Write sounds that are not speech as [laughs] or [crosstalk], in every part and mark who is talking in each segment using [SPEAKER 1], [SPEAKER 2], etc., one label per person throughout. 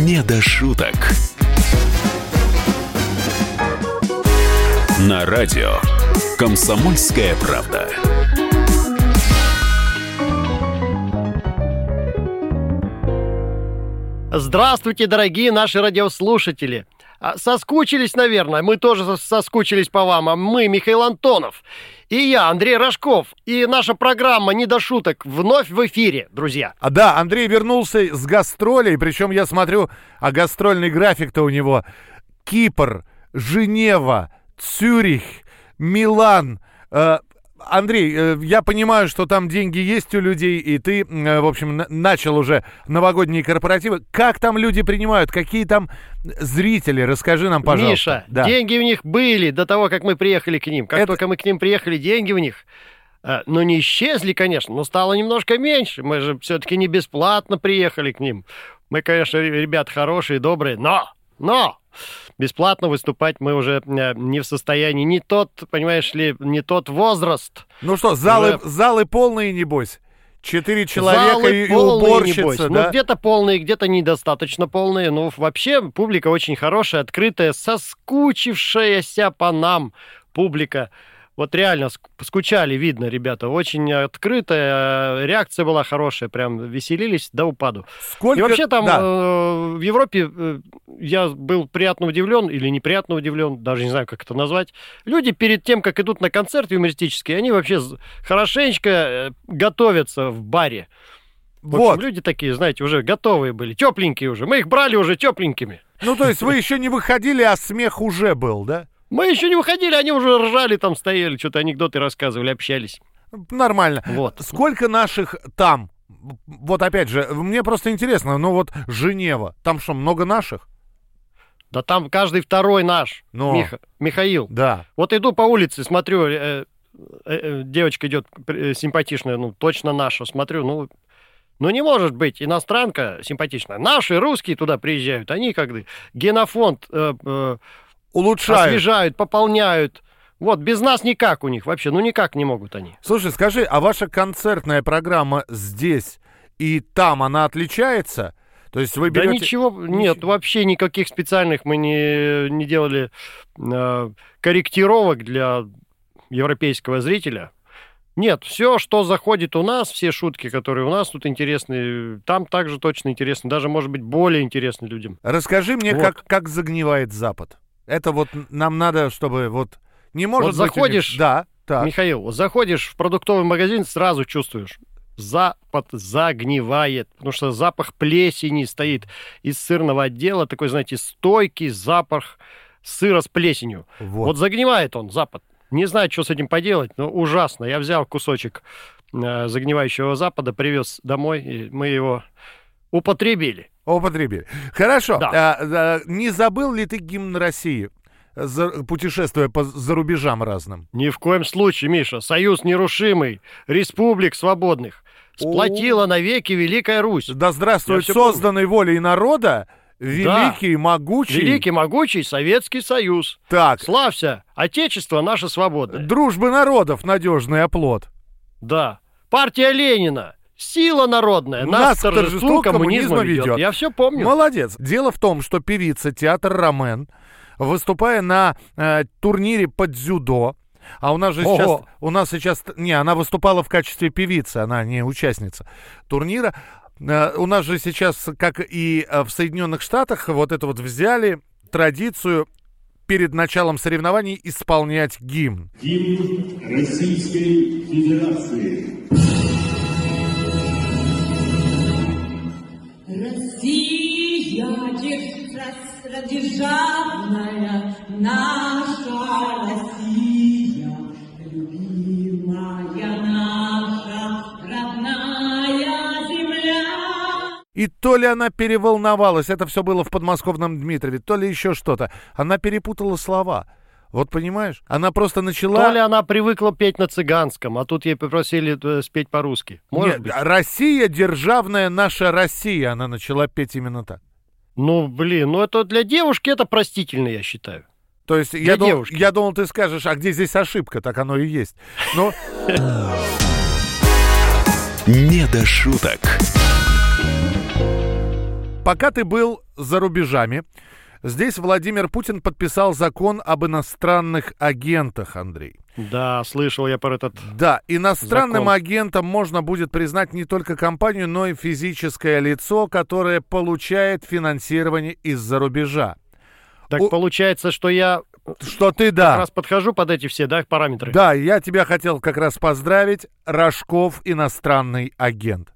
[SPEAKER 1] «Не до шуток». На радио «Комсомольская правда».
[SPEAKER 2] Здравствуйте, дорогие наши радиослушатели. А, Соскучились, наверное, мы тоже сос- соскучились по вам. А мы, Михаил Антонов, и я, Андрей Рожков, и наша программа «Не до шуток» вновь в эфире, друзья.
[SPEAKER 3] А, Да, Андрей вернулся с гастролей, причем я смотрю, а гастрольный график-то у него Кипр, Женева, Цюрих, Милан. Э, Андрей, э, я понимаю, что там деньги есть у людей, и ты, м, э, в общем, на- начал уже новогодние корпоративы. Как там люди принимают? Какие там зрители? Расскажи нам, пожалуйста.
[SPEAKER 2] Миша,
[SPEAKER 3] Да.
[SPEAKER 2] деньги у них были до того, как мы приехали к ним. Как
[SPEAKER 3] Это-
[SPEAKER 2] только мы к ним приехали, деньги у них. э, Ну, не исчезли, конечно, но стало немножко меньше. Мы же все-таки не бесплатно приехали к ним. Мы, конечно, ре- ребята хорошие, добрые, но, но бесплатно выступать мы уже э, не в состоянии. Не тот, понимаешь ли, не тот возраст.
[SPEAKER 3] Ну что, залы,
[SPEAKER 2] Уже-
[SPEAKER 3] залы полные, небось? Четыре человека
[SPEAKER 2] Залы
[SPEAKER 3] и, и
[SPEAKER 2] полные,
[SPEAKER 3] уборщица,
[SPEAKER 2] небось.
[SPEAKER 3] да?
[SPEAKER 2] Ну, где-то полные, где-то недостаточно полные. Ну, вообще, публика очень хорошая, открытая, соскучившаяся по нам публика. Вот реально ск- скучали, видно, ребята. Очень открытая, э, реакция была хорошая. Прям веселились до упаду.
[SPEAKER 3] Сколько...
[SPEAKER 2] И вообще там
[SPEAKER 3] да.
[SPEAKER 2] э, в Европе э, я был приятно удивлен или неприятно удивлен, даже не знаю, как это назвать. Люди перед тем, как идут на концерт юмористический, они вообще з- хорошенечко э, готовятся в баре. В общем,
[SPEAKER 3] Вот.
[SPEAKER 2] люди такие, знаете, уже готовые были, тепленькие уже. Мы их брали уже тепленькими.
[SPEAKER 3] Ну, то есть вы еще не выходили, а смех уже был, да?
[SPEAKER 2] Мы еще не выходили, они уже ржали там, стояли, что-то анекдоты рассказывали, общались.
[SPEAKER 3] Нормально.
[SPEAKER 2] Вот.
[SPEAKER 3] Сколько наших там? Вот опять же, мне просто интересно, ну вот Женева, там что, много наших?
[SPEAKER 2] Да там каждый второй наш,
[SPEAKER 3] Но.
[SPEAKER 2] Миха- Михаил.
[SPEAKER 3] Ну. Да.
[SPEAKER 2] Вот иду по улице, смотрю, э, э, э, девочка идет э, симпатичная, ну, точно наша, смотрю, ну, ну, не может быть, иностранка симпатичная. Наши русские туда приезжают, они как бы генофонд э, э,
[SPEAKER 3] Улучшают.
[SPEAKER 2] освежают, пополняют. Вот, без нас никак у них вообще, ну, никак не могут они.
[SPEAKER 3] Слушай, скажи, а ваша концертная программа здесь и там, она отличается? То есть вы берете...
[SPEAKER 2] Да ничего, нет, вообще никаких специальных мы не, не делали э, корректировок для европейского зрителя. Нет, все, что заходит у нас, все шутки, которые у нас тут интересны, там также точно интересны, даже, может быть, более интересны людям.
[SPEAKER 3] Расскажи мне,
[SPEAKER 2] Вот.
[SPEAKER 3] как, как загнивает Запад. Это вот н- нам надо, чтобы вот... Не может быть у них-
[SPEAKER 2] заходишь,
[SPEAKER 3] Да, так.
[SPEAKER 2] Михаил, вот заходишь в продуктовый магазин, сразу чувствуешь, запад загнивает, потому что запах плесени стоит из сырного отдела, такой, знаете, стойкий запах сыра с плесенью.
[SPEAKER 3] Вот.
[SPEAKER 2] Вот. загнивает он, запад. Не знаю, что с этим поделать, но ужасно. Я взял кусочек э, загнивающего запада, привез домой, и мы его употребили.
[SPEAKER 3] Употребили. Хорошо.
[SPEAKER 2] Да.
[SPEAKER 3] А, да, не забыл ли ты гимн России, за- путешествуя по за рубежам разным?
[SPEAKER 2] Ни в коем случае, Миша, союз нерушимый, республик свободных. Сплотила навеки Великая Русь.
[SPEAKER 3] Да здравствует
[SPEAKER 2] Я всё
[SPEAKER 3] созданной волей народа великий, могучий.
[SPEAKER 2] Великий, могучий Советский Союз.
[SPEAKER 3] Так,
[SPEAKER 2] Славься, Отечество наше свободное.
[SPEAKER 3] дружбы народов надежный оплот.
[SPEAKER 2] Да. Партия Ленина. Сила народная. Нас,
[SPEAKER 3] Нас
[SPEAKER 2] к
[SPEAKER 3] к
[SPEAKER 2] торжеству,
[SPEAKER 3] торжеству
[SPEAKER 2] коммунизма,
[SPEAKER 3] коммунизма
[SPEAKER 2] ведет.
[SPEAKER 3] ведет.
[SPEAKER 2] Я все помню.
[SPEAKER 3] Молодец. Дело в том, что певица театр Ромен, выступая на э, турнире под дзюдо, а у нас же сейчас,
[SPEAKER 2] Ого.
[SPEAKER 3] у нас сейчас, не, она выступала в качестве певицы, она не участница турнира. Э, у нас же сейчас, как и э, в Соединенных Штатах, вот это вот взяли традицию перед началом соревнований исполнять гимн.
[SPEAKER 4] Гимн Российской Федерации.
[SPEAKER 5] Россия, дер- державная наша Россия, любимая наша родная земля.
[SPEAKER 3] И то ли она переволновалась, это все было в подмосковном Дмитрове, то ли еще что-то. Она перепутала слова. Вот понимаешь? Она просто начала...
[SPEAKER 2] То ли она привыкла петь на цыганском, а тут ей попросили э, спеть по-русски. Может
[SPEAKER 3] Нет,
[SPEAKER 2] быть.
[SPEAKER 3] Россия, державная наша Россия, она начала петь именно так.
[SPEAKER 2] Ну, блин, ну это для девушки это простительно, я считаю.
[SPEAKER 3] То есть я, дум-
[SPEAKER 2] девушки.
[SPEAKER 3] я думал, ты скажешь, а где здесь ошибка? Так оно и есть. Ну,
[SPEAKER 2] [laughs]
[SPEAKER 3] Но
[SPEAKER 1] «Не до шуток».
[SPEAKER 3] Пока ты был за рубежами, здесь Владимир Путин подписал закон об иностранных агентах, Андрей.
[SPEAKER 2] Да, слышал я про этот...
[SPEAKER 3] Да, иностранным
[SPEAKER 2] Закон.
[SPEAKER 3] агентом можно будет признать не только компанию, но и физическое лицо, которое получает финансирование из-за рубежа.
[SPEAKER 2] Так
[SPEAKER 3] У-
[SPEAKER 2] получается, что я
[SPEAKER 3] Что ты да.
[SPEAKER 2] как раз подхожу под эти все, да, параметры?
[SPEAKER 3] Да, я тебя хотел как раз поздравить. Рожков иностранный агент.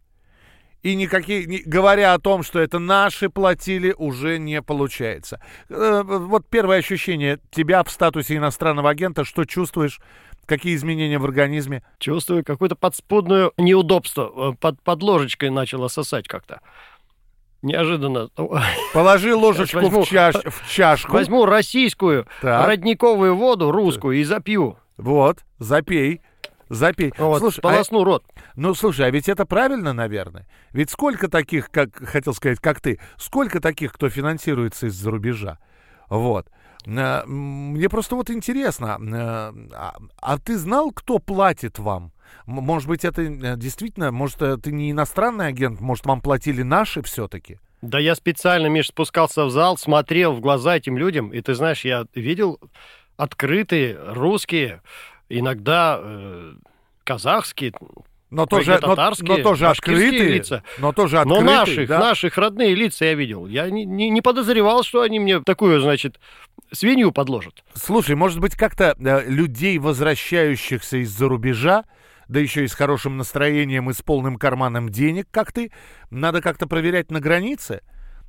[SPEAKER 3] И никакие, не- говоря о том, что это наши платили, уже не получается. Э, вот первое ощущение тебя в статусе иностранного агента, что чувствуешь, какие изменения в организме?
[SPEAKER 2] Чувствую какую-то подспудную неудобство. э, Под, под ложечкой начало сосать как-то. Неожиданно. [laughs]
[SPEAKER 3] Положи ложечку
[SPEAKER 2] возьму-
[SPEAKER 3] в, чаш- в чашку.
[SPEAKER 2] Возьму российскую
[SPEAKER 3] Так.
[SPEAKER 2] родниковую воду, русскую, и запью.
[SPEAKER 3] Вот, запей. Запей.
[SPEAKER 2] Вот,
[SPEAKER 3] Слушай, а-
[SPEAKER 2] полосну рот.
[SPEAKER 3] Ну, слушай, а ведь это правильно, наверное. Ведь сколько таких, как хотел сказать, как ты, сколько таких, кто финансируется из-за рубежа? Вот. Э, м, Мне просто вот интересно, э, а, а ты знал, кто платит вам? М- Может быть, это э, действительно, может, э, ты не иностранный агент, может, вам платили наши все-таки?
[SPEAKER 2] Да я специально, Миш, спускался в зал, смотрел в глаза этим людям, и ты знаешь, я видел открытые русские, иногда э, казахские,
[SPEAKER 3] Но
[SPEAKER 2] Ой,
[SPEAKER 3] тоже,
[SPEAKER 2] не
[SPEAKER 3] но,
[SPEAKER 2] татарские,
[SPEAKER 3] но тоже
[SPEAKER 2] башкирские
[SPEAKER 3] открытые,
[SPEAKER 2] лица.
[SPEAKER 3] но тоже
[SPEAKER 2] но
[SPEAKER 3] открытые,
[SPEAKER 2] наших,
[SPEAKER 3] да?
[SPEAKER 2] наших родные лица я видел. Я не, не- не подозревал, что они мне такую, значит, свинью подложат.
[SPEAKER 3] Слушай, может быть, как-то э, людей, возвращающихся из-за рубежа, да еще и с хорошим настроением и с полным карманом денег, как ты, надо как-то проверять на границе.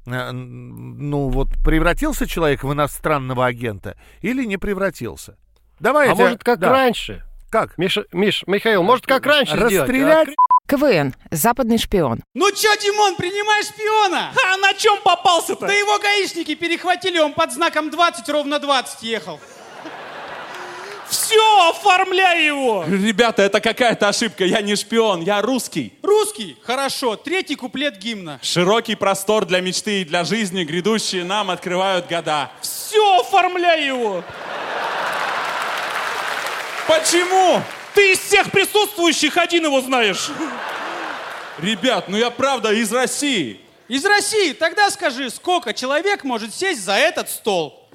[SPEAKER 3] Э, н- Ну вот, превратился человек в иностранного агента или не превратился? Давай я
[SPEAKER 2] А
[SPEAKER 3] тебя-
[SPEAKER 2] может, как
[SPEAKER 3] да.
[SPEAKER 2] раньше?
[SPEAKER 3] Как?
[SPEAKER 2] Миша, Миш, Михаил, может, как раньше сделать?
[SPEAKER 3] Расстрелять?
[SPEAKER 6] КВН. Западный шпион.
[SPEAKER 7] Ну чё, Димон, принимаешь шпиона?
[SPEAKER 8] А на чем попался-то?
[SPEAKER 7] Да его гаишники перехватили, он под знаком 20 ровно 20 ехал.
[SPEAKER 8] Все, оформляй его! Ребята, это какая-то ошибка, я не шпион, я русский.
[SPEAKER 7] Русский? Хорошо. Третий куплет гимна.
[SPEAKER 8] Широкий простор для мечты и для жизни грядущие нам открывают года.
[SPEAKER 7] Все, оформляй его!
[SPEAKER 8] Почему?
[SPEAKER 7] Ты из всех присутствующих один его знаешь.
[SPEAKER 8] Ребят, ну я правда из России.
[SPEAKER 7] Из России. Тогда скажи, сколько человек может сесть за этот стол?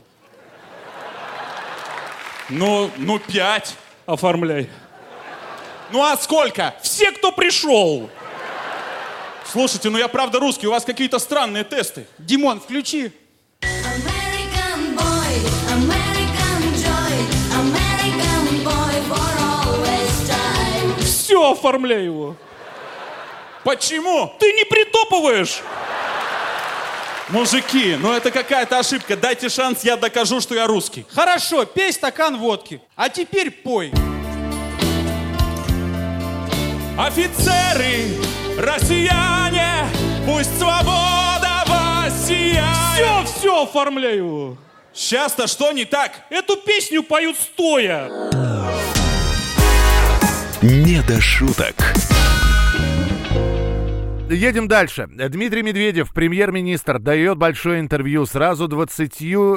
[SPEAKER 8] Ну, ну пять.
[SPEAKER 7] Оформляй.
[SPEAKER 8] Ну а сколько?
[SPEAKER 7] Все, кто пришел.
[SPEAKER 8] Слушайте, ну я правда русский, у вас какие-то странные тесты.
[SPEAKER 7] Димон, включи.
[SPEAKER 9] American boy, American joy, American boy for always time.
[SPEAKER 7] Все, оформляй его.
[SPEAKER 8] Почему?
[SPEAKER 7] Ты не притопываешь.
[SPEAKER 8] Мужики, ну это какая-то ошибка. Дайте шанс, я докажу, что я русский.
[SPEAKER 7] Хорошо, пей стакан водки. А теперь пой.
[SPEAKER 8] Офицеры, россияне, пусть свобода воссияет.
[SPEAKER 7] Все, все, оформляй его.
[SPEAKER 8] Сейчас-то что не так?
[SPEAKER 7] Эту песню поют стоя.
[SPEAKER 1] Не до шуток.
[SPEAKER 3] Едем дальше. Дмитрий Медведев, премьер-министр, дает большое интервью. Сразу 20,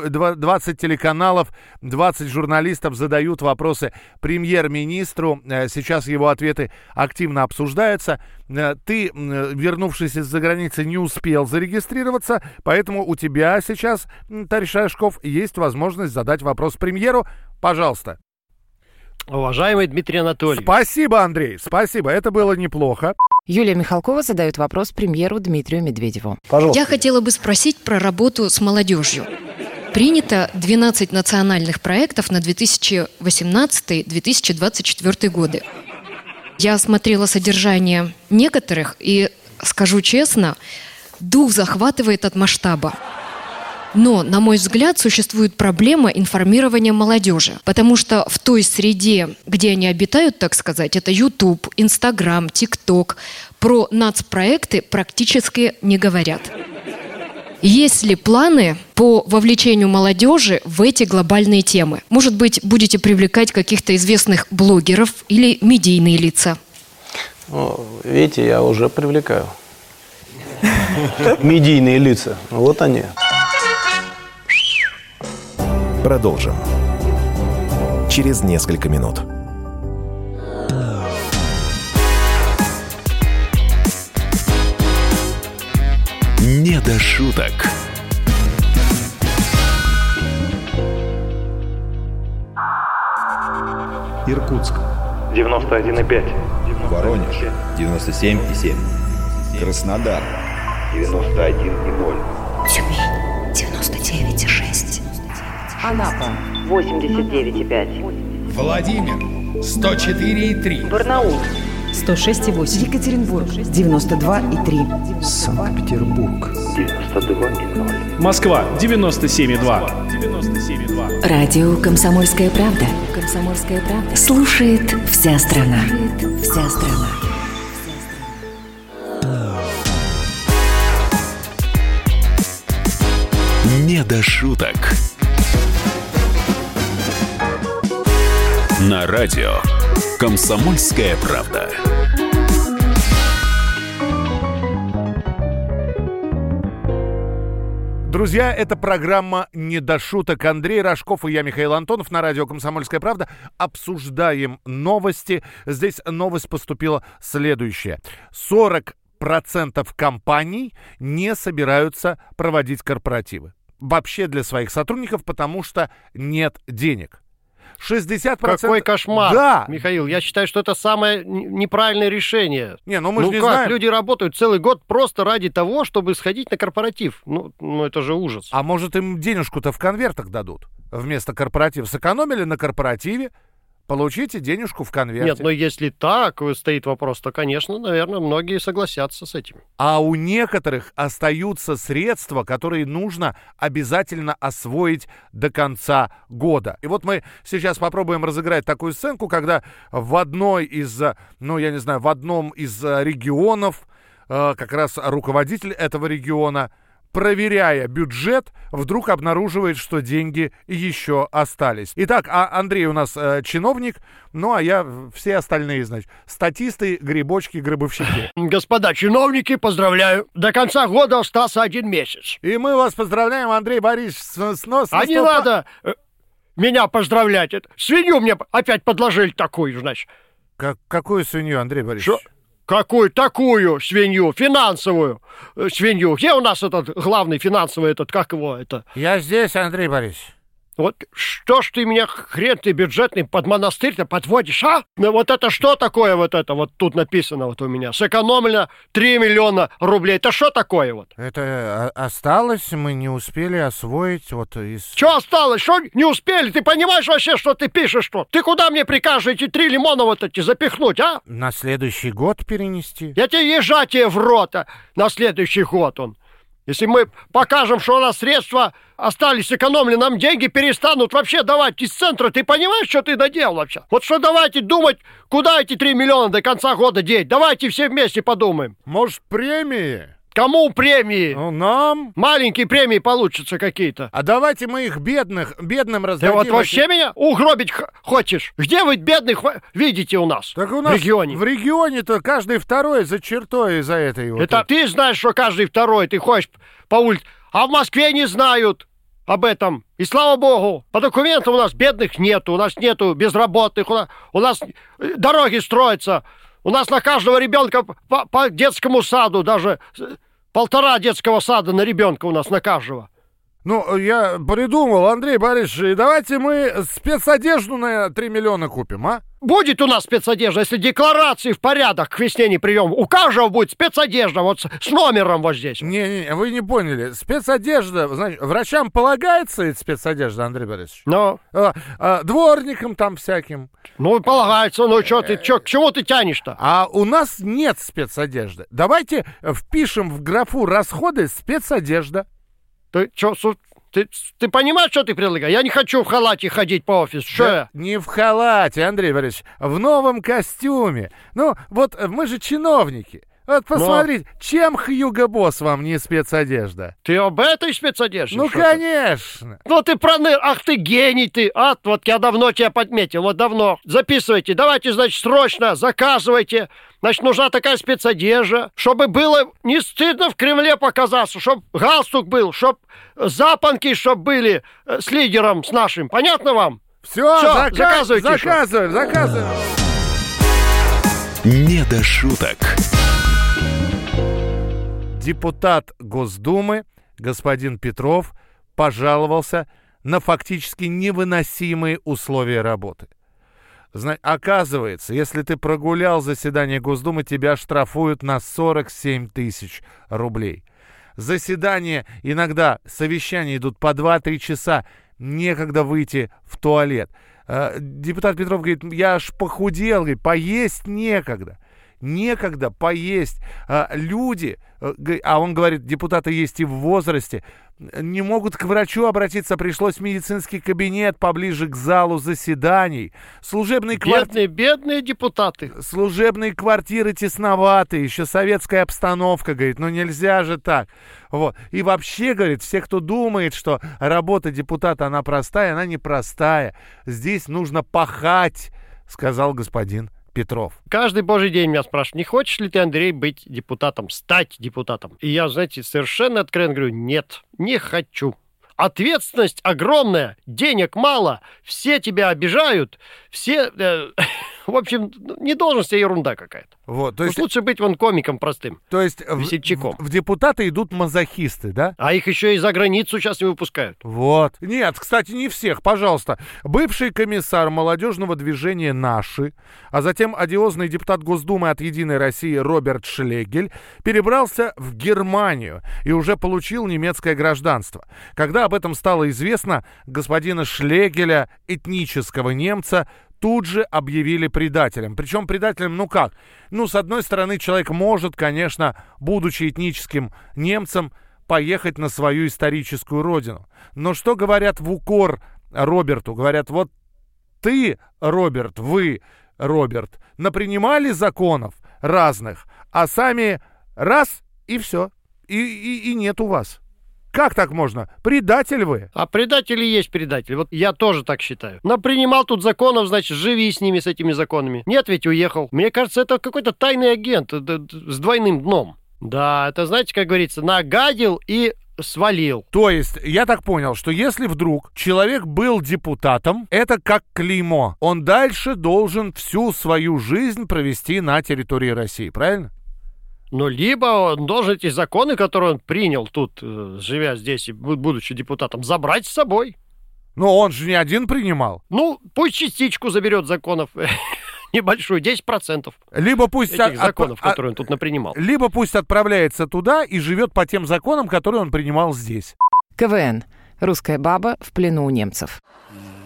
[SPEAKER 3] 20 телеканалов, 20 журналистов задают вопросы премьер-министру. Э, Сейчас его ответы активно обсуждаются. Э, Ты, м, э, вернувшись из-за границы, не успел зарегистрироваться, поэтому у тебя сейчас, м, товарищ Рожков, есть возможность задать вопрос премьеру. Пожалуйста.
[SPEAKER 2] Уважаемый Дмитрий Анатольевич,
[SPEAKER 3] Спасибо, Андрей. Спасибо. Это было неплохо.
[SPEAKER 6] Юлия Михалкова задает вопрос премьеру Дмитрию Медведеву.
[SPEAKER 10] Я хотела бы спросить про работу с молодежью. Принято 12 национальных проектов на 2018-2024 годы. Я смотрела содержание некоторых и, скажу честно, дух захватывает от масштаба. Но, на мой взгляд, существует проблема информирования молодежи, потому что в той среде, где они обитают, так сказать, это YouTube, Instagram, TikTok, про нацпроекты практически не говорят. Есть ли планы по вовлечению молодежи в эти глобальные темы? Может быть, будете привлекать каких-то известных блогеров или медийные лица?
[SPEAKER 11] Ну, видите, я уже привлекаю. Медийные лица. Вот они.
[SPEAKER 12] Продолжим. Через несколько минут.
[SPEAKER 1] Не Не до шуток.
[SPEAKER 13] Иркутск. 91,5. Воронеж. 97,7. Краснодар. 91,0.
[SPEAKER 14] Тюмень 99,6. Анапа 89,5.
[SPEAKER 15] Владимир 104,3.
[SPEAKER 14] Барнаул 106,8. Екатеринбург 92,3. Санкт-Петербург 92,0.
[SPEAKER 16] Москва 97,2. 97,2.
[SPEAKER 14] Радио «Комсомольская правда». «Комсомольская правда». Слушает вся страна. Вся страна.
[SPEAKER 1] Не до шуток. На радио Комсомольская правда.
[SPEAKER 3] Друзья, это программа «Не до шуток». Андрей Рожков и я, Михаил Антонов, на радио «Комсомольская правда». Обсуждаем новости. Здесь новость поступила следующая. 40% компаний не собираются проводить корпоративы. Вообще для своих сотрудников, потому что нет денег. 60%...
[SPEAKER 2] Какой кошмар,
[SPEAKER 3] Да,
[SPEAKER 2] Михаил. Я считаю, что это самое н- неправильное решение.
[SPEAKER 3] Не, ну мы же не
[SPEAKER 2] как,
[SPEAKER 3] знаем.
[SPEAKER 2] люди работают целый год просто ради того, чтобы сходить на корпоратив. Ну, ну это же ужас.
[SPEAKER 3] А может им денежку-то в конвертах дадут? Вместо корпоратива. Сэкономили на корпоративе, получите денежку в конверте.
[SPEAKER 2] Нет, но если так э, стоит вопрос, то, конечно, наверное, многие согласятся с этим.
[SPEAKER 3] А у некоторых остаются средства, которые нужно обязательно освоить до конца года. И вот мы сейчас попробуем разыграть такую сценку, когда в одной из, э, ну я не знаю, в одном из э, регионов э, как раз руководитель этого региона, проверяя бюджет, вдруг обнаруживает, что деньги еще остались. Итак, а Андрей у нас э, чиновник, ну а я э, все остальные, значит, статисты, грибочки, грибовщики.
[SPEAKER 2] [laughs] Господа чиновники, поздравляю. До конца года остался один месяц.
[SPEAKER 3] И мы вас поздравляем, Андрей Борисович, с, с нос-
[SPEAKER 2] А не
[SPEAKER 3] наступа-
[SPEAKER 2] надо э, меня поздравлять. Это Свинью мне опять подложили такую, значит.
[SPEAKER 3] Как, какую свинью, Андрей
[SPEAKER 2] Борисович? Какую такую свинью? Финансовую э, свинью. Где у нас этот главный финансовый этот, как его это?
[SPEAKER 3] Я здесь, Андрей Борисович.
[SPEAKER 2] Вот что ж ты меня, хрен ты бюджетный, под монастырь-то подводишь, а? Ну вот это что такое вот это? Вот тут написано вот у меня. Сэкономлено 3 миллиона рублей. Это что такое вот?
[SPEAKER 3] Это э, осталось, мы не успели освоить вот из...
[SPEAKER 2] Что осталось? Что не успели? Ты понимаешь вообще, что ты пишешь что? Ты куда мне прикажешь эти три лимона вот эти запихнуть, а?
[SPEAKER 3] На следующий год перенести.
[SPEAKER 2] Я тебе ежатие в рот а, на следующий год он. Если мы покажем, что у нас средства остались сэкономлены, нам деньги перестанут вообще давать из центра. Ты понимаешь, что ты доделал вообще? Вот что давайте думать, куда эти 3 миллиона до конца года деть. Давайте все вместе подумаем.
[SPEAKER 3] Может, премии?
[SPEAKER 2] Кому премии?
[SPEAKER 3] Ну, нам.
[SPEAKER 2] Маленькие премии получатся какие-то.
[SPEAKER 3] А давайте мы их бедных, бедным а
[SPEAKER 2] Ты
[SPEAKER 3] раздадим.
[SPEAKER 2] вот
[SPEAKER 3] эти-
[SPEAKER 2] вообще меня угробить х- хочешь? Где вы бедных ва- видите у нас?
[SPEAKER 3] Так у нас
[SPEAKER 2] в регионе.
[SPEAKER 3] В регионе-то каждый второй за чертой за этой вот.
[SPEAKER 2] Это ты знаешь, что каждый второй, ты ходишь по улице. А в Москве не знают об этом. И слава богу, по документам у нас бедных нету, у нас нету безработных, у нас, у нас э, дороги строятся. У нас на каждого ребенка по, по детскому саду даже э, полтора детского сада на ребенка у нас на каждого.
[SPEAKER 3] Ну, я придумал, Андрей Борисович, и давайте мы спецодежду на 3 миллиона купим, а?
[SPEAKER 2] Будет у нас спецодежда, если декларации в порядок к весне не прием. У каждого будет спецодежда вот с, с номером вот здесь.
[SPEAKER 3] Не-не, вы не поняли. Спецодежда, значит, врачам полагается эта спецодежда, Андрей Борисович?
[SPEAKER 2] Но,
[SPEAKER 3] А, а, дворникам там всяким.
[SPEAKER 2] ну, полагается, ну, что ты, чё, к чему ты тянешь-то?
[SPEAKER 3] А у нас нет спецодежды. Давайте э, впишем в графу расходы спецодежда.
[SPEAKER 2] Ты, чё, су- ты, ты понимаешь, что ты предлагаешь? Я не хочу в халате ходить по офису. Что
[SPEAKER 3] Да Не в халате, Андрей Борисович, в новом костюме. Ну, вот э, мы же чиновники. Вот посмотрите, чем Хьюго Босс вам не спецодежда?
[SPEAKER 2] Ты об этой спецодежде?
[SPEAKER 3] Ну,
[SPEAKER 2] что ты?
[SPEAKER 3] конечно.
[SPEAKER 2] Ну ты проныр, ах ты гений ты, а, вот я давно тебя подметил, вот давно. Записывайте, давайте, значит, срочно заказывайте. Значит, нужна такая спецодежда, чтобы было не стыдно в Кремле показаться, чтобы галстук был, чтобы запонки, чтобы были э, с лидером, с нашим. Понятно вам?
[SPEAKER 3] Все,
[SPEAKER 2] Всё,
[SPEAKER 3] зака-
[SPEAKER 2] заказывайте ещё.
[SPEAKER 3] заказываем, заказываем.
[SPEAKER 1] Не до шуток.
[SPEAKER 3] депутат Госдумы господин Петров пожаловался на фактически невыносимые условия работы. Зна- оказывается, если ты прогулял заседание Госдумы, тебя штрафуют на 47 тысяч рублей. Заседания, иногда совещания идут по 2-3 часа, некогда выйти в туалет. Э, Депутат Петров говорит, я аж похудел, говорит, поесть некогда. Некогда поесть. Э, Люди, э, г- а он говорит, депутаты есть и в возрасте, не могут к врачу обратиться, пришлось в медицинский кабинет поближе к залу заседаний. Служебный
[SPEAKER 2] Бедные, бедные депутаты.
[SPEAKER 3] Служебные квартиры тесноватые, еще советская обстановка, говорит, ну нельзя же так. Вот. И вообще, говорит, все, кто думает, что работа депутата, она простая, она непростая. Здесь нужно пахать, сказал господин Петров.
[SPEAKER 2] Каждый божий день меня спрашивают, не хочешь ли ты, Андрей, быть депутатом, стать депутатом? И я, знаете, совершенно откровенно говорю, нет, не хочу. Ответственность огромная, денег мало, все тебя обижают, все... э, [laughs] в общем, не должность, а ерунда какая-то.
[SPEAKER 3] Вот, то
[SPEAKER 2] Уж
[SPEAKER 3] есть,
[SPEAKER 2] лучше быть вон комиком простым.
[SPEAKER 3] то есть в,
[SPEAKER 2] Весельчаком.
[SPEAKER 3] в депутаты идут мазохисты, да?
[SPEAKER 2] А их еще и за границу сейчас не выпускают.
[SPEAKER 3] Вот. Нет, кстати, не всех, пожалуйста. Бывший комиссар молодежного движения «Наши», а затем одиозный депутат Госдумы от «Единой России» Роберт Шлегель перебрался в Германию и уже получил немецкое гражданство. Когда об этом стало известно, господина Шлегеля, этнического немца, тут же объявили предателем. Причем предателем, ну как? Ну, с одной стороны, человек может, конечно, будучи этническим немцем, поехать на свою историческую родину. Но что говорят в укор Роберту? Говорят, вот ты, Роберт, вы, Роберт, напринимали законов разных, а сами раз и все. И, и, и нет у вас. Как так можно? Предатель вы.
[SPEAKER 2] А предатели есть предатели. Вот я тоже так считаю. Напринимал тут законов, значит, живи с ними, с этими законами. Нет, ведь уехал. Мне кажется, это какой-то тайный агент э, д- д- с двойным дном. Да, это, знаете, как говорится, нагадил и свалил.
[SPEAKER 3] То есть, я так понял, что если вдруг человек был депутатом, это как клеймо. Он дальше должен всю свою жизнь провести на территории России, правильно?
[SPEAKER 2] Но Ну, либо он должен эти законы, которые он принял тут, э, живя здесь и бу- будучи депутатом, забрать с собой.
[SPEAKER 3] Но он же не один принимал.
[SPEAKER 2] Ну, пусть частичку заберет законов, [laughs] небольшую, 10%
[SPEAKER 3] Либо пусть...
[SPEAKER 2] этих
[SPEAKER 3] а- а-
[SPEAKER 2] законов,
[SPEAKER 3] а-
[SPEAKER 2] которые он тут напринимал.
[SPEAKER 3] Либо пусть отправляется туда и живет по тем законам, которые он принимал здесь.
[SPEAKER 6] КВН. Русская баба в плену у немцев.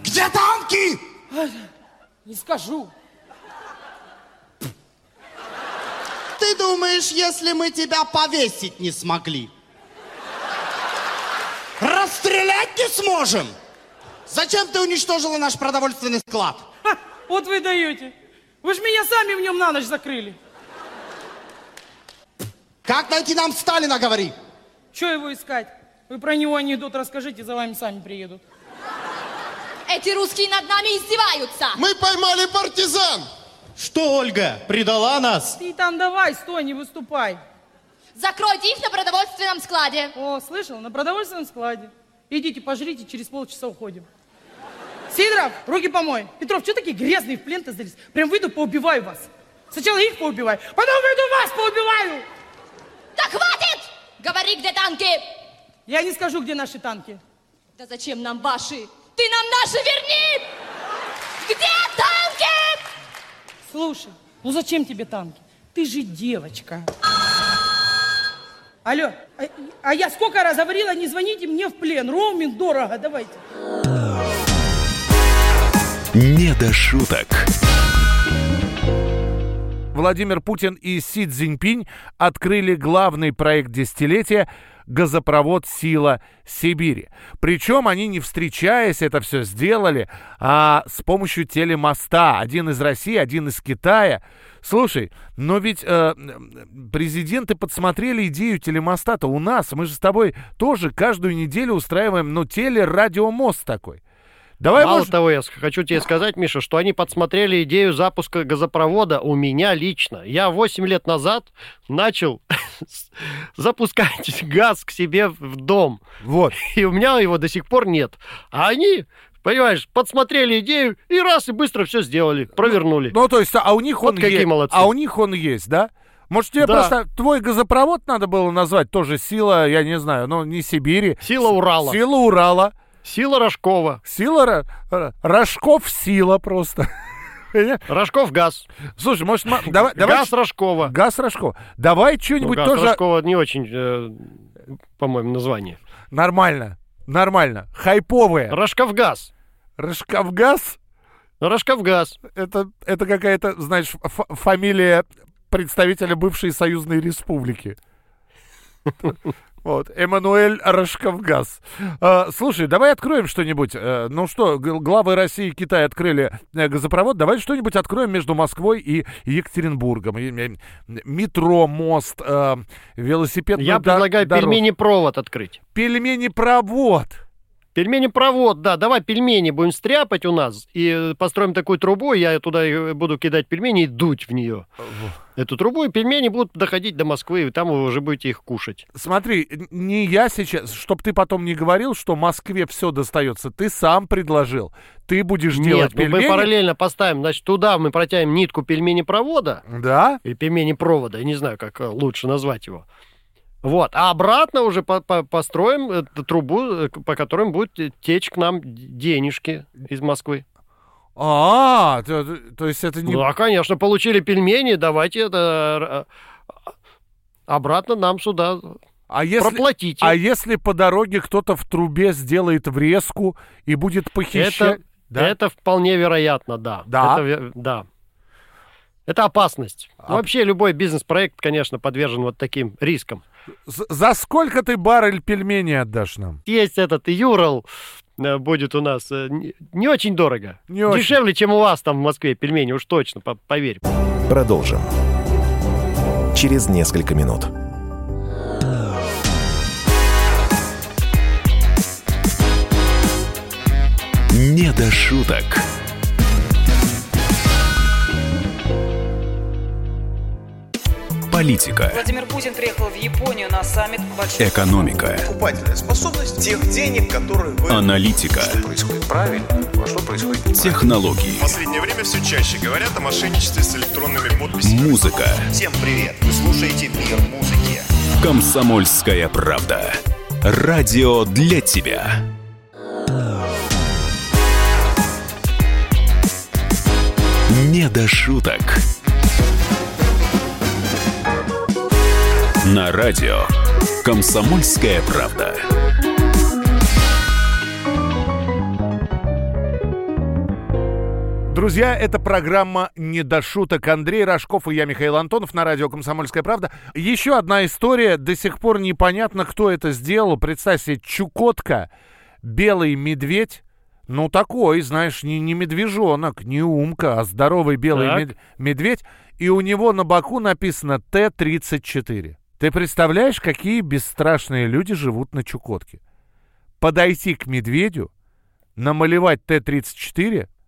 [SPEAKER 7] Где танки? Не скажу.
[SPEAKER 17] Ты думаешь, если мы тебя повесить не смогли? Расстрелять не сможем? Зачем ты уничтожила наш продовольственный склад?
[SPEAKER 18] Вот вы даете. Вы же меня сами в нем на ночь закрыли.
[SPEAKER 17] Как найти нам Сталина, говори?
[SPEAKER 18] Че его искать? Вы про него анекдот расскажите, за вами сами приедут.
[SPEAKER 19] Эти русские над нами издеваются.
[SPEAKER 17] Мы поймали партизан! Что, Ольга, предала нас?
[SPEAKER 18] Ты там давай, стой, не выступай.
[SPEAKER 19] Закройте их на продовольственном складе.
[SPEAKER 18] О, слышал? На продовольственном складе. Идите, пожрите, через полчаса уходим. Сидоров, руки помой. Петров, что такие грязные в плен-то залез? Прям выйду, поубиваю вас. Сначала их поубиваю, потом выйду вас поубиваю.
[SPEAKER 19] Да хватит! Говори, где танки.
[SPEAKER 18] Я не скажу, где наши танки.
[SPEAKER 19] Да зачем нам ваши? Ты нам наши верни! Где танки?
[SPEAKER 18] Слушай, ну зачем тебе танки? Ты же девочка. Алло, а, а я сколько раз говорила, не звоните мне в плен. Роуминг дорого, давайте.
[SPEAKER 1] Не до шуток.
[SPEAKER 3] Владимир Путин и Си Цзиньпинь открыли главный проект десятилетия газопровод «Сила Сибири». Причем они, не встречаясь, это все сделали, а с помощью телемоста. Один из России, один из Китая. Слушай, но ведь э, президенты подсмотрели идею телемоста-то у нас. Мы же с тобой тоже каждую неделю устраиваем, ну, телерадиомост такой. Давай,
[SPEAKER 2] Мало
[SPEAKER 3] может,
[SPEAKER 2] того, я с- хочу тебе сказать, Миша, что они подсмотрели идею запуска газопровода у меня лично. Я 8 лет назад начал [laughs] с- запускать [laughs] газ к себе в дом.
[SPEAKER 3] Вот.
[SPEAKER 2] И у меня его до сих пор нет. А они, понимаешь, подсмотрели идею и раз, и быстро все сделали, провернули.
[SPEAKER 3] Ну, то есть, а у них
[SPEAKER 2] Вот
[SPEAKER 3] он
[SPEAKER 2] какие
[SPEAKER 3] есть.
[SPEAKER 2] молодцы.
[SPEAKER 3] А у них он есть, да? Может, тебе
[SPEAKER 2] Да.
[SPEAKER 3] просто твой газопровод надо было назвать тоже «Сила», я не знаю, ну, не Сибири. «Сила
[SPEAKER 2] Урала».
[SPEAKER 3] «Сила Урала».
[SPEAKER 2] «Сила Рожкова».
[SPEAKER 3] «Сила Ро- Ро- Рожков Сила» просто. [laughs]
[SPEAKER 2] Рожков газ.
[SPEAKER 3] Слушай, может, ма-
[SPEAKER 2] [laughs]
[SPEAKER 3] давай... давай-
[SPEAKER 2] Газ Рожкова. «Ну,
[SPEAKER 3] Газ Рожкова. Давай что-нибудь
[SPEAKER 2] газ
[SPEAKER 3] тоже...
[SPEAKER 2] Рожкова не очень, э, по-моему, название.
[SPEAKER 3] Нормально, нормально. Хайповые.
[SPEAKER 2] Рожковгаз.
[SPEAKER 3] Рожковгаз?
[SPEAKER 2] Рожковгаз.
[SPEAKER 3] Это, это какая-то, знаешь, ф- фамилия представителя бывшей союзной республики. Вот, Эммануэль Рожковгаз. А, слушай, давай откроем что-нибудь. Э, ну что, г- главы России и Китая открыли э, газопровод. Давай что-нибудь откроем между Москвой и Екатеринбургом. И, э, Метро, мост, э, ну велосипедную
[SPEAKER 2] Я
[SPEAKER 3] до-
[SPEAKER 2] предлагаю
[SPEAKER 3] дорожку.
[SPEAKER 2] пельмени-провод открыть.
[SPEAKER 3] Пельмени-провод.
[SPEAKER 2] Пельмени-провод, да. Давай пельмени будем стряпать у нас. И э, построим такую трубу, я туда и э, буду кидать пельмени и дуть в нее. Эту трубу, и пельмени будут доходить до Москвы, и там вы уже будете их кушать.
[SPEAKER 3] Смотри, н- не я сейчас, чтоб ты потом не говорил, что Москве все достается. Ты сам предложил. Ты будешь
[SPEAKER 2] Нет,
[SPEAKER 3] делать
[SPEAKER 2] ну,
[SPEAKER 3] пельмени.
[SPEAKER 2] мы параллельно поставим, значит, туда мы протянем нитку пельмени-провода.
[SPEAKER 3] Да.
[SPEAKER 2] Или пельмени-провода, я не знаю, как э, лучше назвать его. Вот, а обратно уже по- по- построим э, т- трубу, э, к- по которым будет э, течь к нам д- денежки из Москвы.
[SPEAKER 3] А, то, то- то есть это не...
[SPEAKER 2] Ну, а, конечно, получили пельмени, давайте это э, обратно нам сюда.
[SPEAKER 3] А если,
[SPEAKER 2] проплатите.
[SPEAKER 3] А если по дороге кто-то в трубе сделает врезку и будет похищать...
[SPEAKER 2] Это, это вполне вероятно, да.
[SPEAKER 3] Да?
[SPEAKER 2] Это, ве- да. Это опасность. Вообще любой бизнес-проект, конечно, подвержен вот таким рискам.
[SPEAKER 3] З- За сколько ты баррель пельменей отдашь нам?
[SPEAKER 2] Есть этот Юрал э, будет у нас э, не не очень дорого.
[SPEAKER 3] Не очень.
[SPEAKER 2] Дешевле, чем у вас там в Москве пельмени, уж точно, по- поверь.
[SPEAKER 12] Продолжим. Через несколько минут.
[SPEAKER 1] Не до шуток. Политика,
[SPEAKER 20] Владимир Путин приехал в Японию на саммит большой.
[SPEAKER 1] экономика,
[SPEAKER 20] Покупательная способность тех денег, которые вы...
[SPEAKER 1] аналитика,
[SPEAKER 20] Происходит правильно, а что происходит
[SPEAKER 1] технологии,
[SPEAKER 20] последнее время все чаще говорят о мошенничестве с электронными подписями.
[SPEAKER 1] музыка.
[SPEAKER 20] Всем привет, вы слушаете «Мир музыки».
[SPEAKER 1] Комсомольская правда. Радио для тебя. Не до шуток. На радио Комсомольская правда.
[SPEAKER 3] Друзья, это программа «Не до шуток». Андрей Рожков и я, Михаил Антонов, на радио «Комсомольская правда». Еще одна история. До сих пор непонятно, кто это сделал. Представь себе, Чукотка, белый медведь. Ну, такой, знаешь, не, не медвежонок, не умка, а здоровый белый
[SPEAKER 2] Так.
[SPEAKER 3] мед- медведь. И у него на боку написано «Т-34». Ты представляешь, какие бесстрашные люди живут на Чукотке? Подойти к медведю, намалевать Т-34 –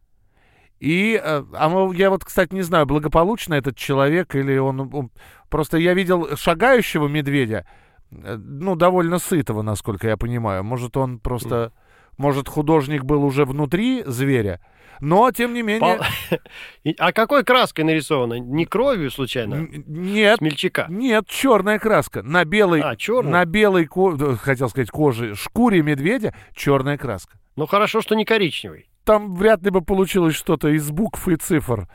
[SPEAKER 3] и, э, а мы- я вот, кстати, не знаю, благополучно этот человек или он, он- Просто я видел шагающего медведя, э, ну, довольно сытого, насколько я понимаю. Может, он просто... Может, художник был уже внутри зверя, но, тем не менее...
[SPEAKER 2] Пол- И- А какой краской нарисовано? Не кровью, случайно?
[SPEAKER 3] Нет.
[SPEAKER 2] Смельчака.
[SPEAKER 3] Нет, черная краска. На белой...
[SPEAKER 2] А, чёрная?
[SPEAKER 3] На белой, ко- э, хотел сказать, коже, шкуре медведя черная краска.
[SPEAKER 2] Ну, хорошо, что не коричневый.
[SPEAKER 3] Там вряд ли бы получилось что-то из букв и цифр.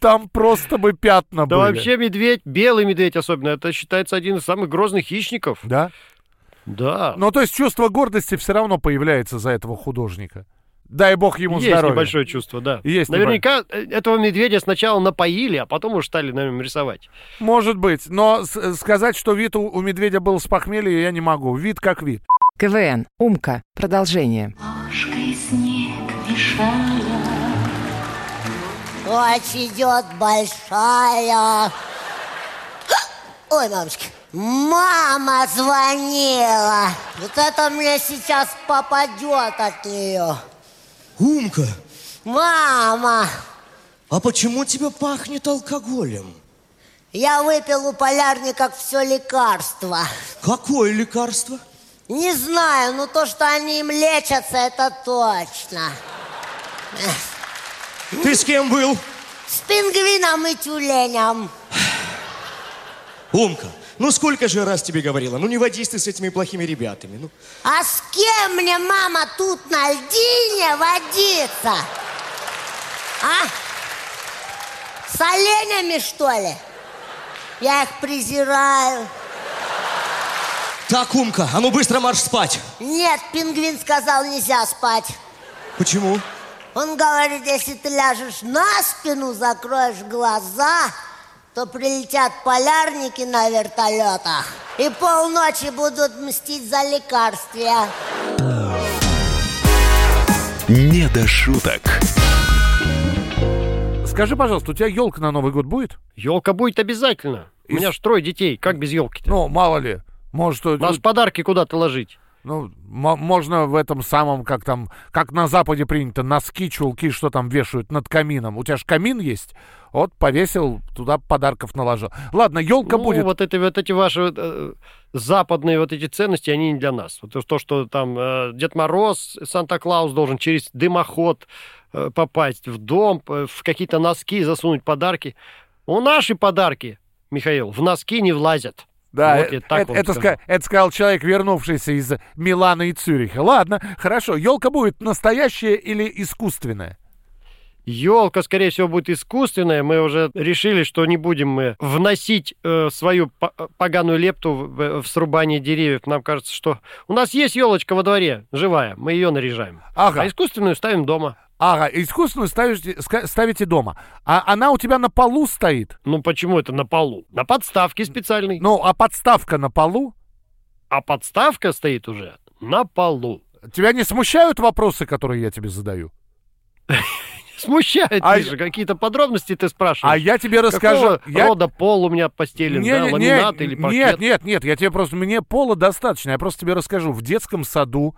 [SPEAKER 3] Там просто бы пятна
[SPEAKER 2] Да
[SPEAKER 3] были.
[SPEAKER 2] вообще медведь, белый медведь особенно, это считается один из самых грозных хищников.
[SPEAKER 3] Да?
[SPEAKER 2] Да.
[SPEAKER 3] Ну, то есть чувство гордости все равно появляется за этого художника. Дай бог ему
[SPEAKER 2] Есть
[SPEAKER 3] здоровья.
[SPEAKER 2] небольшое чувство, да.
[SPEAKER 3] Ну, Есть
[SPEAKER 2] Наверняка э, этого медведя сначала напоили, а потом уж стали на нем рисовать.
[SPEAKER 3] Может быть, но с- э, сказать, что вид у, у медведя был с похмелья, я не могу. Вид как вид.
[SPEAKER 6] КВН. Умка. Продолжение.
[SPEAKER 21] Ложкой снег мешая.
[SPEAKER 22] Ночь идет большая. [gasps] Ой, мамочки. Мама звонила. Вот это мне сейчас попадет от нее.
[SPEAKER 17] Умка,
[SPEAKER 22] Мама,
[SPEAKER 17] а почему тебя пахнет алкоголем?
[SPEAKER 22] я выпил у полярников все лекарство.
[SPEAKER 17] Какое лекарство?
[SPEAKER 22] Не знаю, но то, что они им лечатся, это точно.
[SPEAKER 17] Ты с кем был?
[SPEAKER 22] С пингвином и тюленем.
[SPEAKER 4] Умка, ну сколько же раз тебе говорила, ну не водись ты с этими плохими ребятами. Ну,
[SPEAKER 22] А с кем мне мама тут на льдине водится? А? С оленями, что ли? Я их презираю.
[SPEAKER 4] так, Умка, а ну быстро марш спать.
[SPEAKER 22] Нет, пингвин сказал, нельзя спать.
[SPEAKER 4] Почему?
[SPEAKER 22] Он говорит, если ты ляжешь на спину, закроешь глаза, то прилетят полярники на вертолетах и полночи будут мстить за лекарствия.
[SPEAKER 1] Не до шуток.
[SPEAKER 3] Скажи, пожалуйста, у тебя елка на Новый год будет?
[SPEAKER 2] Елка будет обязательно. У меня ж трое детей, как без елки-то?
[SPEAKER 3] Ну, мало ли. Может, э,
[SPEAKER 2] Нас подарки куда-то ложить.
[SPEAKER 3] Ну, м- можно в этом самом, как там, как на Западе принято, носки, чулки, что там вешают над камином. У тебя же камин есть. Вот повесил, туда подарков наложил. Ладно, елка
[SPEAKER 2] Ну,
[SPEAKER 3] будет.
[SPEAKER 2] Вот, это, вот эти ваши э, западные вот эти ценности, они не для нас. Вот то, что там э, Дед Мороз, Санта-Клаус должен через дымоход э, попасть в дом, э, в какие-то носки засунуть подарки. У наши подарки, Михаил, в носки не влазят.
[SPEAKER 3] Да,
[SPEAKER 2] Вот
[SPEAKER 3] э-
[SPEAKER 2] я так
[SPEAKER 3] это,
[SPEAKER 2] вам
[SPEAKER 3] это
[SPEAKER 2] скажу.
[SPEAKER 3] ска- это сказал человек, вернувшийся из Милана и Цюриха. Ладно, хорошо. Елка будет настоящая или искусственная?
[SPEAKER 2] Елка, скорее всего, будет искусственная. Мы уже решили, что не будем мы вносить э, свою по- поганую лепту в, в срубание деревьев. Нам кажется, что у нас есть елочка во дворе, живая, мы ее наряжаем.
[SPEAKER 3] Ага.
[SPEAKER 2] А искусственную ставим дома.
[SPEAKER 3] Ага, искусственную ставите, ска- ставите дома. А она у тебя на полу стоит?
[SPEAKER 2] Ну почему это на полу? На подставке специальной.
[SPEAKER 3] Ну, а подставка на полу?
[SPEAKER 2] А подставка стоит уже на полу.
[SPEAKER 3] Тебя не смущают вопросы, которые я тебе задаю?
[SPEAKER 2] [laughs] Смущает,
[SPEAKER 3] А
[SPEAKER 2] Миша, какие-то подробности ты спрашиваешь.
[SPEAKER 3] А я тебе расскажу.
[SPEAKER 2] Какого
[SPEAKER 3] я-
[SPEAKER 2] рода пол у меня постелен,
[SPEAKER 3] Не-
[SPEAKER 2] да,
[SPEAKER 3] не- не,
[SPEAKER 2] ламинат или паркет?
[SPEAKER 3] Нет, нет, нет, я тебе просто... Мне пола достаточно, я просто тебе расскажу. В детском саду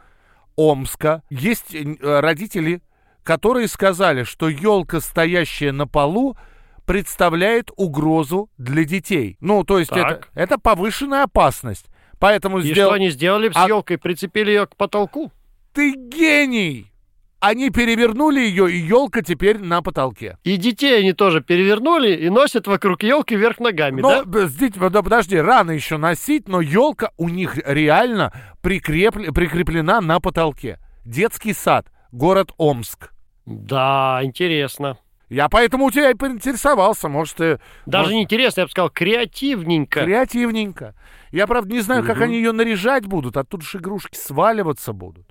[SPEAKER 3] Омска есть э, родители, которые сказали, что елка, стоящая на полу, представляет угрозу для детей. Ну, то есть это,
[SPEAKER 2] Так.
[SPEAKER 3] это повышенная опасность. Поэтому
[SPEAKER 2] И
[SPEAKER 3] сдел-
[SPEAKER 2] что они сделали с
[SPEAKER 3] А-
[SPEAKER 2] елкой? Прицепили ее к потолку?
[SPEAKER 3] Ты гений! Они перевернули ее, и елка теперь на потолке.
[SPEAKER 2] И детей они тоже перевернули и носят вокруг елки вверх ногами,
[SPEAKER 3] Но
[SPEAKER 2] да?
[SPEAKER 3] б- с деть- да подожди, рано еще носить, но елка у них реально прикрепле- прикреплена на потолке. Детский сад, город Омск.
[SPEAKER 2] Да, интересно.
[SPEAKER 3] Я поэтому у тебя и поинтересовался, может, ты...
[SPEAKER 2] Даже
[SPEAKER 3] может,
[SPEAKER 2] не интересно, я бы сказал, креативненько.
[SPEAKER 3] Креативненько. Я, правда, не знаю, как
[SPEAKER 2] Мгм.
[SPEAKER 3] они ее наряжать будут, а тут же игрушки сваливаться будут.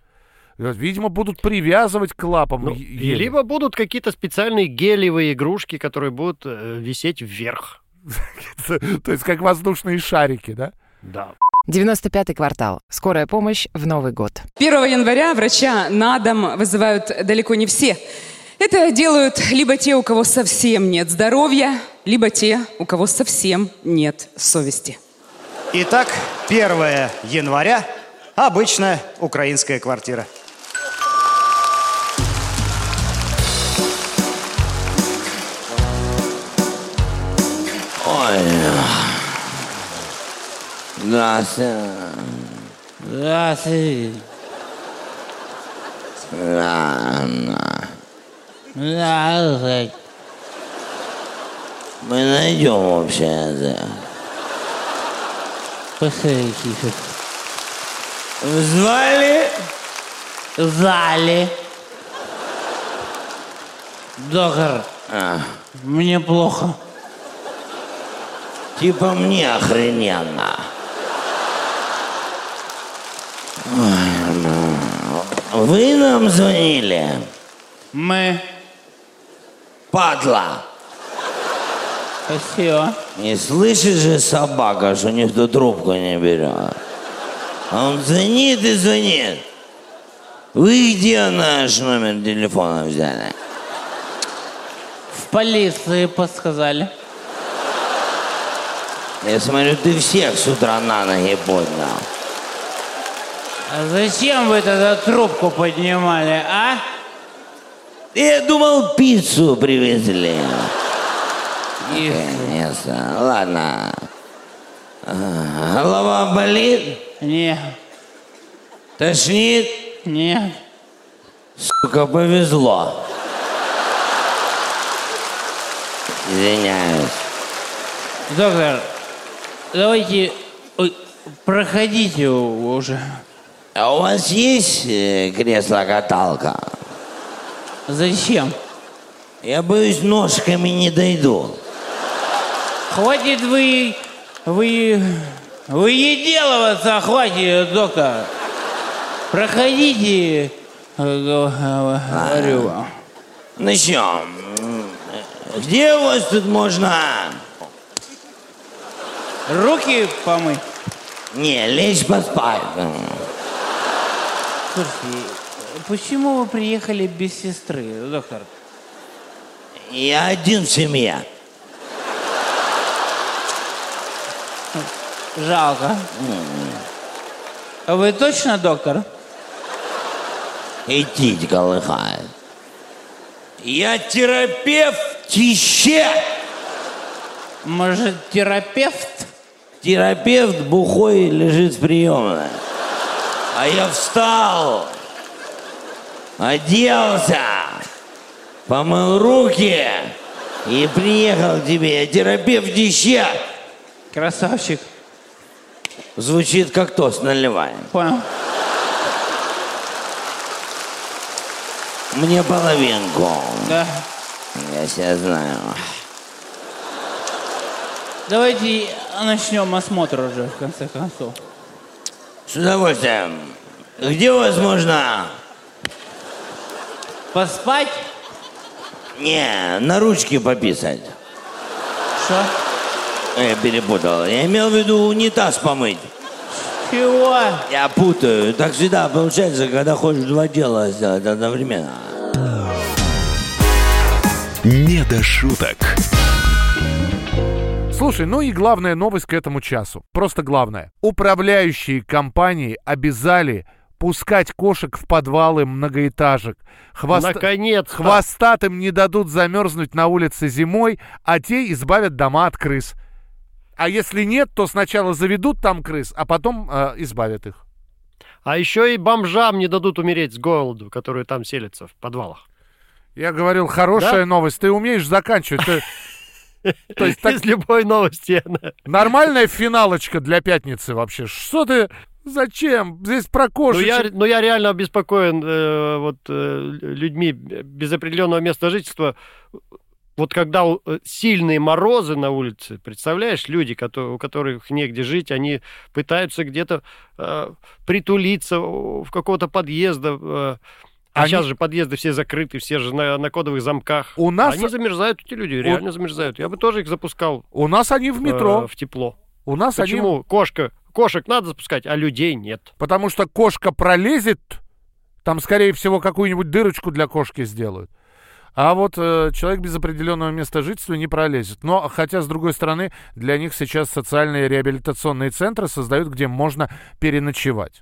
[SPEAKER 3] Э, Видимо, будут привязывать к лапам.
[SPEAKER 2] Ну,
[SPEAKER 3] е-
[SPEAKER 2] и
[SPEAKER 3] еле.
[SPEAKER 2] либо будут какие-то специальные гелевые игрушки, которые будут э, висеть вверх.
[SPEAKER 3] [laughs] То есть как воздушные шарики, да?
[SPEAKER 2] Да.
[SPEAKER 6] 95-й квартал. Скорая помощь в Новый год.
[SPEAKER 5] 1 января врача на дом вызывают далеко не все. Это делают либо те, у кого совсем нет здоровья, либо те, у кого совсем нет совести.
[SPEAKER 4] Итак, 1 января обычная украинская квартира.
[SPEAKER 23] Ой. Здравствуйте. Здравствуйте. Ладно. Здравствуйте. Мы найдем вообще это. Посмотрите. В зале? В зале. Доктор, Ah. мне плохо. Типа мне охрененно. Ой, ну, Вы нам звонили? Мы. Падла. Спасибо. Не слышишь же собака, что никто трубку не берет. А Он звонит и звонит. Вы где наш номер телефона взяли?
[SPEAKER 24] В полиции подсказали.
[SPEAKER 23] Я смотрю, ты всех с утра на ноги поднял.
[SPEAKER 24] А зачем вы тогда трубку поднимали, а?
[SPEAKER 23] Я думал, пиццу привезли. Конечно. Ладно. А, Голова болит? Нет. Тошнит? Нет. Сука, повезло. Извиняюсь.
[SPEAKER 24] Доктор, Давайте, ой, проходите уже.
[SPEAKER 23] А у вас есть э, кресло-каталка?
[SPEAKER 24] Зачем?
[SPEAKER 23] Я боюсь, ножками не дойду.
[SPEAKER 24] Хватит вы... Вы... Вы еделываться, хватит, доктор. Проходите, э, э, говорю вам.
[SPEAKER 23] Ну что, где у вас тут можно...
[SPEAKER 24] Руки помыть?
[SPEAKER 23] Не, лечь поспать.
[SPEAKER 24] Слушайте, почему вы приехали без сестры, доктор?
[SPEAKER 23] Я один в семье.
[SPEAKER 24] Жалко. А Вы точно доктор?
[SPEAKER 23] Идти колыхает. Я терапевт тище.
[SPEAKER 24] Может, терапевт?
[SPEAKER 23] Терапевт бухой лежит в приемной. А я встал, оделся, помыл руки и приехал к тебе. Я терапевт еще.
[SPEAKER 24] Красавчик.
[SPEAKER 23] Звучит как тост наливаем.
[SPEAKER 24] Понял.
[SPEAKER 23] Мне половинку.
[SPEAKER 24] Да.
[SPEAKER 23] Я себя знаю.
[SPEAKER 24] Давайте начнем осмотр уже, в конце концов.
[SPEAKER 23] С удовольствием. Где у вас можно?
[SPEAKER 24] Поспать?
[SPEAKER 23] Не, на ручки пописать.
[SPEAKER 24] Что?
[SPEAKER 23] Я перепутал. Я имел в виду унитаз помыть.
[SPEAKER 24] Чего?
[SPEAKER 23] Я путаю. Так всегда получается, когда хочешь два дела сделать одновременно.
[SPEAKER 1] Не до шуток.
[SPEAKER 3] Слушай, ну и главная новость к этому часу. Просто главное. Управляющие компании обязали пускать кошек в подвалы многоэтажек. Хвост...
[SPEAKER 2] Наконец-то.
[SPEAKER 3] Хвостатым не дадут замерзнуть на улице зимой, а те избавят дома от крыс. А если нет, то сначала заведут там крыс, а потом э, избавят их.
[SPEAKER 2] А еще и бомжам не дадут умереть с голоду, которые там селятся в подвалах. [laughs]
[SPEAKER 3] Я говорил, хорошая
[SPEAKER 2] Да?
[SPEAKER 3] новость. Ты умеешь заканчивать.
[SPEAKER 2] [laughs]
[SPEAKER 3] Ты- То есть так-
[SPEAKER 2] Из любой новости. она-
[SPEAKER 3] Нормальная финалочка для пятницы вообще. Что ты... Зачем? Здесь про
[SPEAKER 2] Ну я,
[SPEAKER 3] кошечек.
[SPEAKER 2] ну, я реально обеспокоен э, вот, э, людьми без определенного места жительства. Вот когда у- э, сильные морозы на улице, представляешь, люди, кото- у которых негде жить, они пытаются где-то э, притулиться у- в какого-то подъезда. э, а
[SPEAKER 3] Они-
[SPEAKER 2] сейчас же подъезды все закрыты, все же на, на кодовых замках.
[SPEAKER 3] У нас-
[SPEAKER 2] Они замерзают, эти люди, реально замерзают. Я бы тоже их запускал
[SPEAKER 3] У нас они в
[SPEAKER 2] э,
[SPEAKER 3] метро.
[SPEAKER 2] в тепло.
[SPEAKER 3] У нас они...
[SPEAKER 2] Почему? Кошка, кошек надо запускать, а людей нет.
[SPEAKER 3] Потому что кошка пролезет, там, скорее всего, какую-нибудь дырочку для кошки сделают. А вот э, человек без определенного места жительства не пролезет. Но, хотя, с другой стороны, для них сейчас социальные реабилитационные центры создают, где можно переночевать.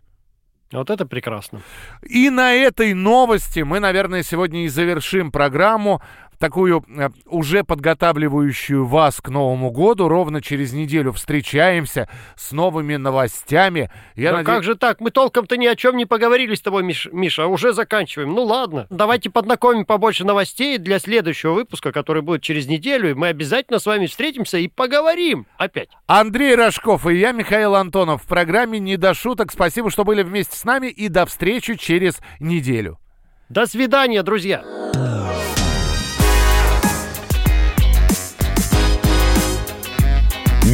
[SPEAKER 2] Вот это прекрасно.
[SPEAKER 3] И на этой новости мы, наверное, сегодня и завершим программу, такую э, уже подготавливающую вас к Новому году. Ровно через неделю встречаемся с новыми новостями. Я
[SPEAKER 2] Да
[SPEAKER 3] наде-
[SPEAKER 2] Ну, как же так? Мы толком-то ни о чем не поговорили с тобой, Миш- Миша, а уже заканчиваем. Ну ладно, давайте поднакомим побольше новостей для следующего выпуска, который будет через неделю, и мы обязательно с вами встретимся и поговорим опять.
[SPEAKER 3] Андрей Рожков и я, Михаил Антонов. В программе «Не до шуток». Спасибо, что были вместе с нами и до встречи через неделю.
[SPEAKER 2] До свидания, друзья!